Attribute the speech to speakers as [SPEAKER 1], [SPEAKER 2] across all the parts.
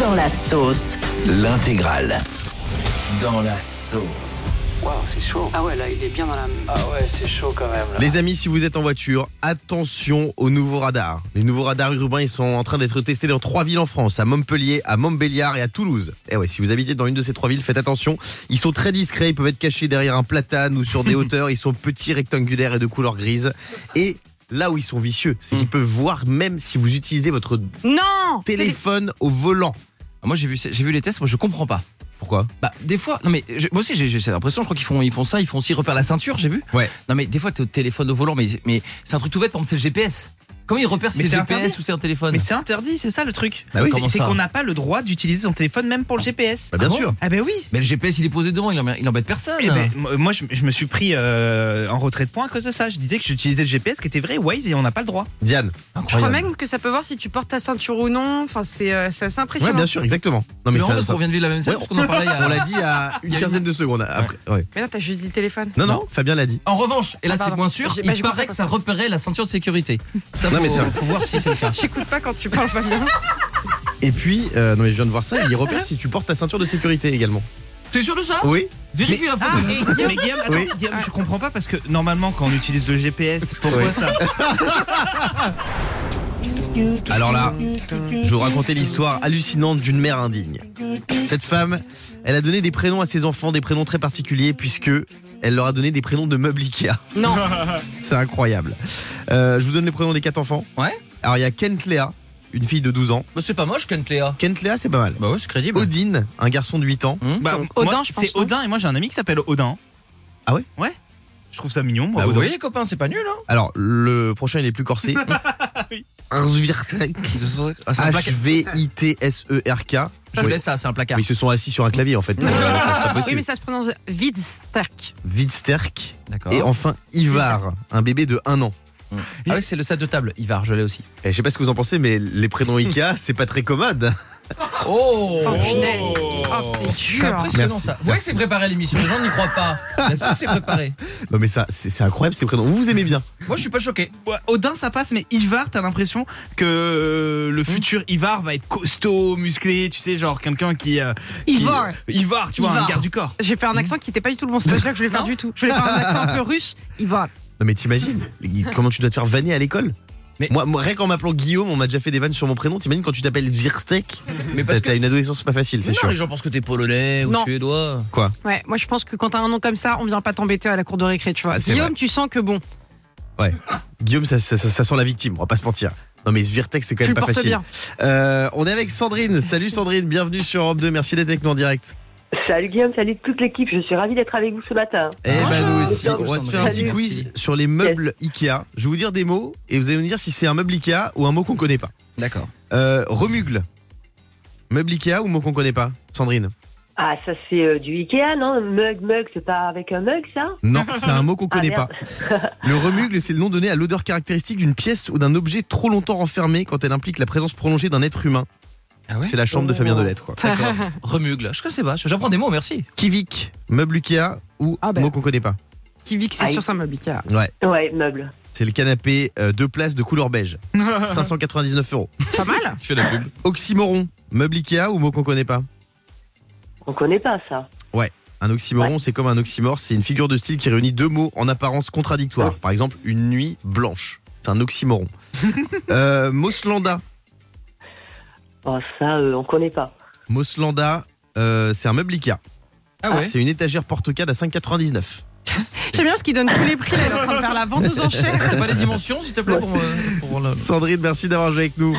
[SPEAKER 1] Dans la sauce.
[SPEAKER 2] L'intégrale. Dans la sauce.
[SPEAKER 3] Waouh, c'est chaud.
[SPEAKER 4] Ah ouais, là, il est bien dans la.
[SPEAKER 3] Ah ouais, c'est chaud quand même. Là.
[SPEAKER 5] Les amis, si vous êtes en voiture, attention aux nouveaux radars. Les nouveaux radars urbains, ils sont en train d'être testés dans trois villes en France, à Montpellier, à Montbéliard et à Toulouse. Et ouais, si vous habitez dans une de ces trois villes, faites attention. Ils sont très discrets, ils peuvent être cachés derrière un platane ou sur des hauteurs. Ils sont petits, rectangulaires et de couleur grise. Et là où ils sont vicieux, c'est
[SPEAKER 6] Mm.
[SPEAKER 5] qu'ils peuvent voir même si vous utilisez votre
[SPEAKER 7] Non
[SPEAKER 5] téléphone au volant.
[SPEAKER 6] Ah, Moi j'ai vu, j'ai vu les tests, moi je comprends pas.
[SPEAKER 5] Pourquoi
[SPEAKER 6] Bah des fois, non mais je- moi aussi j'ai j'ai cette impression, je crois qu'ils font, ils font ça, ils font aussi repère la ceinture, j'ai vu.
[SPEAKER 5] Ouais.
[SPEAKER 6] Non mais des fois t'es au téléphone au volant, mais, mais c'est un truc tout bête, par exemple c'est le GPS. Comment ils repèrent si
[SPEAKER 8] Mais
[SPEAKER 6] c'est
[SPEAKER 8] c'est
[SPEAKER 6] le GPS
[SPEAKER 8] interdit.
[SPEAKER 6] ou c'est un téléphone
[SPEAKER 8] Mais c'est interdit, c'est ça le truc.
[SPEAKER 6] Bah oui,
[SPEAKER 8] C'est-
[SPEAKER 6] comment
[SPEAKER 8] c'est
[SPEAKER 6] ça
[SPEAKER 8] qu'on n'a pas le droit d'utiliser son téléphone même pour le GPS.
[SPEAKER 5] Bah, Bien
[SPEAKER 6] Ah bon
[SPEAKER 5] sûr.
[SPEAKER 8] Ah ben oui.
[SPEAKER 6] Mais le GPS il est posé devant, il emmerde, il embête personne.
[SPEAKER 8] Eh ben, m- moi, je, je me suis pris euh, en retrait de points à cause de ça. Je disais que j'utilisais le GPS, qui était vrai, Waze, et on n'a pas le droit.
[SPEAKER 5] Diane.
[SPEAKER 7] Je crois
[SPEAKER 6] Incroyable.
[SPEAKER 7] même que ça peut voir si tu portes ta ceinture ou non. Enfin, c'est euh, c'est assez
[SPEAKER 5] Ouais,
[SPEAKER 7] impressionnant.
[SPEAKER 5] bien sûr, exactement.
[SPEAKER 6] C'est
[SPEAKER 5] Non mais
[SPEAKER 6] marrant
[SPEAKER 5] ça-
[SPEAKER 6] parce
[SPEAKER 5] ça-
[SPEAKER 6] qu'on vient de vivre la même scène
[SPEAKER 5] Ouais,
[SPEAKER 6] parce qu'on en parlait il y a-
[SPEAKER 5] on l'a dit à une
[SPEAKER 6] Il y a eu-
[SPEAKER 5] quinzaine de secondes après. ouais.
[SPEAKER 7] Mais non, t'as juste dit téléphone.
[SPEAKER 5] Non, non, Fabien l'a dit.
[SPEAKER 6] En revanche, et là
[SPEAKER 7] Ah,
[SPEAKER 6] c'est
[SPEAKER 7] pardon.
[SPEAKER 6] moins sûr,
[SPEAKER 7] J'ai- bah,
[SPEAKER 6] il
[SPEAKER 7] j'ai
[SPEAKER 6] paraît
[SPEAKER 7] compris
[SPEAKER 6] que ça repérait la ceinture de sécurité. Ça,
[SPEAKER 5] Non,
[SPEAKER 6] faut-
[SPEAKER 5] mais c'est-
[SPEAKER 6] faut voir si c'est le cas.
[SPEAKER 7] J'écoute pas quand tu parles pas bien.
[SPEAKER 5] Et puis, euh, non mais je viens de voir ça, il repère si tu portes ta ceinture de sécurité également.
[SPEAKER 6] T'es sûr de ça
[SPEAKER 5] Oui
[SPEAKER 6] Vérifie la photo.
[SPEAKER 7] Ah, et Guillaume,
[SPEAKER 8] Mais Guillaume, attends,
[SPEAKER 5] Oui.
[SPEAKER 8] Guillaume, je comprends pas parce que normalement, quand on utilise le GPS, pourquoi
[SPEAKER 5] Oui.
[SPEAKER 8] ça
[SPEAKER 5] Alors là, je vais vous raconter l'histoire hallucinante d'une mère indigne. Cette femme, elle a donné des prénoms à ses enfants, des prénoms très particuliers, puisque elle leur a donné des prénoms de meubles Ikea.
[SPEAKER 7] Non.
[SPEAKER 5] C'est incroyable. Euh, je vous donne les prénoms des quatre enfants.
[SPEAKER 6] Ouais.
[SPEAKER 5] Alors il y a Kent Léa, une fille de 12 ans.
[SPEAKER 6] Bah, c'est pas moche, Ken Cléa.
[SPEAKER 5] Kent Léa, c'est pas mal.
[SPEAKER 6] Bah ouais, c'est crédible.
[SPEAKER 5] Odine, un garçon de 8 ans.
[SPEAKER 8] Bah,
[SPEAKER 7] Odin,
[SPEAKER 8] moi,
[SPEAKER 7] je pense,
[SPEAKER 8] C'est
[SPEAKER 7] non
[SPEAKER 8] Odin, et moi j'ai un ami qui s'appelle Odin.
[SPEAKER 5] Ah ouais
[SPEAKER 8] Ouais. Je trouve ça mignon,
[SPEAKER 5] Ah,
[SPEAKER 8] moi.
[SPEAKER 6] Bah, vous
[SPEAKER 8] Odin.
[SPEAKER 6] voyez les copains, c'est pas nul hein
[SPEAKER 5] Alors le prochain, il est plus corsé. Hvitserk.
[SPEAKER 6] Ah, c'est un placard.
[SPEAKER 5] H-V-I-T-S-E-R-K.
[SPEAKER 6] Ça,
[SPEAKER 5] E Oui.
[SPEAKER 6] c'est ça, c'est un placard.
[SPEAKER 5] Mais ils se sont assis sur un clavier en fait. C'est pas
[SPEAKER 7] Oui,
[SPEAKER 5] possible.
[SPEAKER 7] mais ça se prononce Vidsterk.
[SPEAKER 5] Vidsterk.
[SPEAKER 6] D'accord.
[SPEAKER 5] Et enfin Ivar, un bébé de 1 an.
[SPEAKER 6] Ah oui, c'est le set de table. Ivar, je l'ai aussi.
[SPEAKER 5] Et Eh, je sais pas ce que vous en pensez, mais les prénoms Ikea, c'est pas très commode.
[SPEAKER 6] Oh,
[SPEAKER 7] Oh, punaise. Oh, c'est
[SPEAKER 6] C'est
[SPEAKER 7] dur.
[SPEAKER 6] impressionnant
[SPEAKER 5] Merci,
[SPEAKER 6] ça. Vous voyez
[SPEAKER 5] merci.
[SPEAKER 6] que c'est préparé l'émission, les gens n'y croient pas. Bien sûr que c'est préparé.
[SPEAKER 5] Non mais ça, c'est c'est incroyable ces prénoms. Vous vous aimez bien
[SPEAKER 6] Moi je suis pas choqué.
[SPEAKER 8] Ouais, Odin, ça passe, mais Ivar, t'as l'impression que euh, le futur Ivar va être costaud, musclé, tu sais, genre quelqu'un qui. euh, qui-
[SPEAKER 7] Ivar.
[SPEAKER 8] Ivar, tu vois,
[SPEAKER 6] hein,
[SPEAKER 7] Ivar.
[SPEAKER 8] un garde du corps.
[SPEAKER 7] J'ai fait un accent qui était pas du tout le bon. C'est pas ça que je voulais faire du tout. Je voulais faire un accent un peu russe. Il va.
[SPEAKER 5] Non mais t'imagines comment tu dois te faire vanner à l'école
[SPEAKER 6] Mais-
[SPEAKER 5] moi, moi, rien qu'en m'appelant Guillaume, on m'a déjà fait des vannes sur mon prénom. T'imagines quand tu t'appelles Virstek
[SPEAKER 6] Mais
[SPEAKER 5] T'as
[SPEAKER 6] parce que.
[SPEAKER 5] t'as une adolescence c'est pas facile, c'est
[SPEAKER 6] Non,
[SPEAKER 5] sûr.
[SPEAKER 6] les gens pensent que t'es polonais ou
[SPEAKER 7] Non.
[SPEAKER 6] suédois.
[SPEAKER 7] Ouais, moi je pense que quand t'as un nom comme ça, on vient pas t'embêter à la cour de récré, tu vois.
[SPEAKER 5] Ah, c'est
[SPEAKER 7] Guillaume, tu sens que bon,
[SPEAKER 5] Guillaume, ça, ça- ça- ça sent la victime, on va pas se mentir. Non mais Svirtek, c'est quand
[SPEAKER 7] tu
[SPEAKER 5] même pas
[SPEAKER 7] le portes
[SPEAKER 5] facile.
[SPEAKER 7] bien.
[SPEAKER 5] Euh, on est avec Sandrine. Salut Sandrine, bienvenue sur Europe 2. Merci d'être avec nous en direct.
[SPEAKER 9] Salut Guillaume, salut toute l'équipe, je suis ravie d'être avec vous ce matin.
[SPEAKER 5] Eh ben
[SPEAKER 7] Bonjour.
[SPEAKER 5] nous aussi, on va se faire un petit
[SPEAKER 9] Salut.
[SPEAKER 5] quiz sur les meubles Ikea. Je vais vous dire des mots et vous allez me dire si c'est un meuble Ikea ou un mot qu'on connaît pas.
[SPEAKER 6] D'accord.
[SPEAKER 5] Euh, remugle. Meuble Ikea ou mot qu'on connaît pas, Sandrine
[SPEAKER 9] Ah, ça c'est euh, du Ikea, non Mug, mug, c'est pas avec un mug ça
[SPEAKER 5] Non, c'est un mot qu'on
[SPEAKER 9] Ah,
[SPEAKER 5] connaît pas.
[SPEAKER 9] merde.
[SPEAKER 5] Le remugle, c'est le nom donné à l'odeur caractéristique d'une pièce ou d'un objet trop longtemps renfermé quand elle implique la présence prolongée d'un être humain.
[SPEAKER 6] Ah ouais
[SPEAKER 5] c'est la chambre de
[SPEAKER 9] Oh.
[SPEAKER 5] Fabien Delettre. Quoi.
[SPEAKER 6] D'accord. Remugle. Je sais pas, j'apprends des mots, merci.
[SPEAKER 5] Kivik, meuble Ikea ou
[SPEAKER 7] Ah ben.
[SPEAKER 5] mot qu'on connaît pas.
[SPEAKER 7] Qui vit que c'est
[SPEAKER 9] Aïe.
[SPEAKER 7] sur sa meuble Ikea.
[SPEAKER 5] Ouais,
[SPEAKER 9] Ouais, meuble.
[SPEAKER 5] c'est le canapé euh, deux places de couleur beige. 599 euros.
[SPEAKER 7] Ah, Pas mal.
[SPEAKER 6] Tu fais la pub.
[SPEAKER 5] Oxymoron, meuble Ikea ou mot qu'on connaît pas
[SPEAKER 9] On connaît pas ça.
[SPEAKER 5] Un oxymoron, c'est comme un oxymore, c'est une figure de style qui réunit deux mots en apparence contradictoire. Par exemple, une nuit blanche. C'est un oxymoron. euh, Moslanda.
[SPEAKER 9] Oh, ça, euh, on connaît pas.
[SPEAKER 5] Moslanda, euh, c'est un meuble Ikea.
[SPEAKER 6] Ah ouais
[SPEAKER 5] C'est une étagère portocade à 5,99.
[SPEAKER 7] J'aime bien parce qu'il donne tous les prix, là, il est en train de faire la vente aux enchères.
[SPEAKER 6] T'as pas les dimensions, s'il te plaît, pour, euh,
[SPEAKER 7] Oh
[SPEAKER 6] pour le-
[SPEAKER 5] Sandrine, merci d'avoir joué avec nous.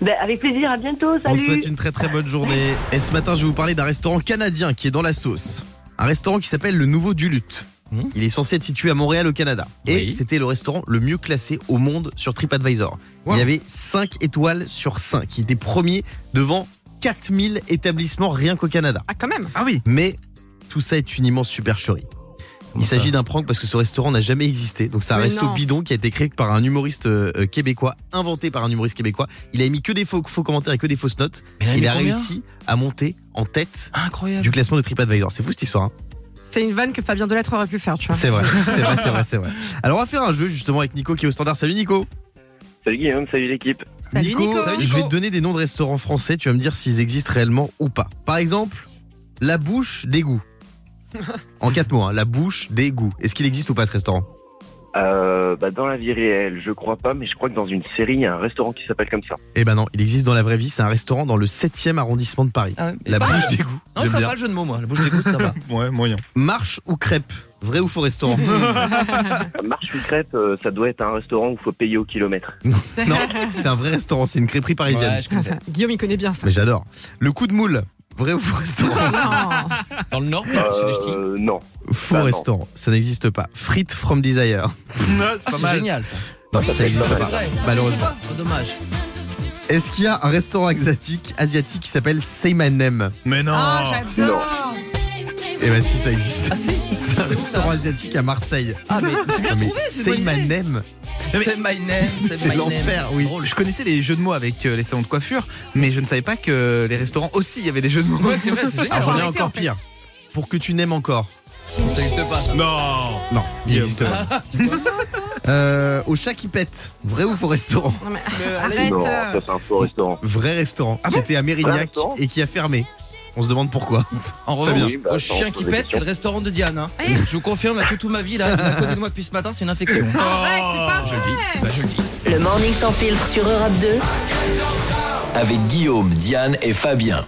[SPEAKER 9] Ben, avec plaisir, à bientôt,
[SPEAKER 5] On
[SPEAKER 9] salut
[SPEAKER 5] vous souhaite une très très bonne journée. Et ce matin, je vais vous parler d'un restaurant canadien qui est dans la sauce. Un restaurant qui s'appelle le Nouveau Duluth.
[SPEAKER 6] Mmh.
[SPEAKER 5] Il est censé être situé à Montréal au Canada. Et
[SPEAKER 6] Oui.
[SPEAKER 5] c'était le restaurant le mieux classé au monde sur TripAdvisor.
[SPEAKER 6] Wow.
[SPEAKER 5] Il y avait 5 étoiles sur 5. Il était premier devant 4000 établissements rien qu'au Canada.
[SPEAKER 7] Ah, quand même.
[SPEAKER 8] Ah oui.
[SPEAKER 5] Mais tout ça est une immense supercherie. Il s'agit d'un prank parce que ce restaurant n'a jamais existé. Donc c'est un
[SPEAKER 7] Mais
[SPEAKER 5] resto
[SPEAKER 7] non.
[SPEAKER 5] bidon qui a été créé par un humoriste euh, euh, québécois, inventé par un humoriste québécois. Il a mis que des faux, faux commentaires et que des fausses notes.
[SPEAKER 6] Mais
[SPEAKER 7] Ah,
[SPEAKER 6] là,
[SPEAKER 5] Il
[SPEAKER 6] mais
[SPEAKER 5] a
[SPEAKER 6] combien
[SPEAKER 5] réussi à monter en tête
[SPEAKER 6] Incroyable.
[SPEAKER 5] du classement de TripAdvisor. C'est fou cette histoire. hein
[SPEAKER 7] C'est une vanne que Fabien Delattre aurait pu faire, tu vois.
[SPEAKER 5] c'est vrai, c'est vrai, c'est vrai, c'est vrai. Alors on va faire un jeu justement avec Nico qui est au standard. Salut Nico.
[SPEAKER 4] Salut Guillaume, salut l'équipe.
[SPEAKER 7] Salut Nico. Salut
[SPEAKER 5] je
[SPEAKER 7] Nico.
[SPEAKER 5] vais te donner des noms de restaurants français, tu vas me dire s'ils existent réellement ou pas. Par exemple, la bouche d'égout. en quatre mots, hein, la bouche d'égout. Est-ce qu'il existe ou pas ce restaurant
[SPEAKER 4] Euh, bah, dans la vie réelle, je crois pas, mais je crois que dans une série, il y a un restaurant qui s'appelle comme ça.
[SPEAKER 5] Eh ben non, il existe dans la vraie vie, c'est un restaurant dans le 7e arrondissement de Paris.
[SPEAKER 6] Ah ouais, mais
[SPEAKER 5] La
[SPEAKER 6] pas-
[SPEAKER 5] bouche d'égout.
[SPEAKER 6] Non,
[SPEAKER 5] j'aime
[SPEAKER 6] ça
[SPEAKER 5] bien. Ah,
[SPEAKER 6] va le jeu de mots, moi. La bouche d'écoute, ça va.
[SPEAKER 10] Ouais, moyen.
[SPEAKER 5] Marche ou crêpe Vrai ou faux restaurant
[SPEAKER 4] Marche ou crêpe, euh, ça doit être un restaurant où faut payer au kilomètre.
[SPEAKER 5] Non, c'est un vrai restaurant, c'est une crêperie parisienne.
[SPEAKER 6] Ouais, je connaissais.
[SPEAKER 7] Guillaume, il connaît bien ça.
[SPEAKER 5] Mais j'adore. Le coup de moule, vrai ou faux
[SPEAKER 6] Ah,
[SPEAKER 5] restaurant
[SPEAKER 7] Non.
[SPEAKER 6] Dans le Nord, chez les ch'tis.
[SPEAKER 4] Euh, non.
[SPEAKER 5] Faux
[SPEAKER 4] Bah non.
[SPEAKER 5] restaurant, ça n'existe pas. Frites from Desire.
[SPEAKER 6] Ah, c'est génial ça.
[SPEAKER 5] Non, ça n'existe
[SPEAKER 6] C'est
[SPEAKER 5] pas.
[SPEAKER 6] vrai.
[SPEAKER 5] Malheureusement.
[SPEAKER 6] Oh, dommage.
[SPEAKER 5] Est-ce qu'il y a un restaurant asiatique, asiatique qui s'appelle Say My Name
[SPEAKER 10] Mais non
[SPEAKER 7] Ah, j'adore.
[SPEAKER 5] Eh ben si, ça existe.
[SPEAKER 6] Ah, si.
[SPEAKER 5] C'est un restaurant asiatique à Marseille.
[SPEAKER 6] Ah, mais c'est bien
[SPEAKER 5] Non, mais
[SPEAKER 6] trouvé, c'est
[SPEAKER 5] Say
[SPEAKER 6] une bonne
[SPEAKER 5] My
[SPEAKER 6] idée.
[SPEAKER 5] Name.
[SPEAKER 8] Non, mais-
[SPEAKER 6] C'est my name,
[SPEAKER 5] C'est
[SPEAKER 6] my name.
[SPEAKER 5] l'enfer, oui.
[SPEAKER 6] Drôle.
[SPEAKER 8] Je connaissais les jeux de mots avec euh, les salons de coiffure, mais je ne savais pas que les restaurants aussi, il y avait des jeux de mots.
[SPEAKER 6] Ouais, c'est vrai, c'est génial.
[SPEAKER 5] Alors j'en ai
[SPEAKER 7] arrêter,
[SPEAKER 5] encore
[SPEAKER 7] en fait.
[SPEAKER 5] pire. Pour que tu n'aimes encore.
[SPEAKER 6] Ça n'existe pas ça.
[SPEAKER 10] Non
[SPEAKER 5] Non, il
[SPEAKER 10] Yes.
[SPEAKER 5] n'existe
[SPEAKER 6] Ah,
[SPEAKER 5] pas. Euh, au chat qui pète, vrai ou faux restaurant
[SPEAKER 7] Non, mais arrête.
[SPEAKER 4] non,
[SPEAKER 7] euh,
[SPEAKER 4] ça c'est un faux restaurant.
[SPEAKER 5] Vrai restaurant
[SPEAKER 6] Ah
[SPEAKER 5] qui était à
[SPEAKER 4] Vrai
[SPEAKER 5] Mérignac
[SPEAKER 4] restaurant
[SPEAKER 5] et qui a fermé. On se demande pourquoi.
[SPEAKER 6] En
[SPEAKER 5] Très
[SPEAKER 6] revanche,
[SPEAKER 4] bien. Oui, bah,
[SPEAKER 6] au
[SPEAKER 4] attends,
[SPEAKER 6] chien
[SPEAKER 4] pose
[SPEAKER 6] qui
[SPEAKER 4] des
[SPEAKER 6] pète,
[SPEAKER 4] questions.
[SPEAKER 6] c'est le restaurant de Diane. hein.
[SPEAKER 7] Eh.
[SPEAKER 6] Je vous confirme, la toutou ma vie, là, à côté de moi depuis ce matin, c'est une infection.
[SPEAKER 7] Arrête, c'est
[SPEAKER 6] Je
[SPEAKER 7] pas vrai.
[SPEAKER 6] le dis, bah, je le dis.
[SPEAKER 1] Le morning sans filtre sur Europe 2.
[SPEAKER 2] Avec Guillaume, Diane et Fabien.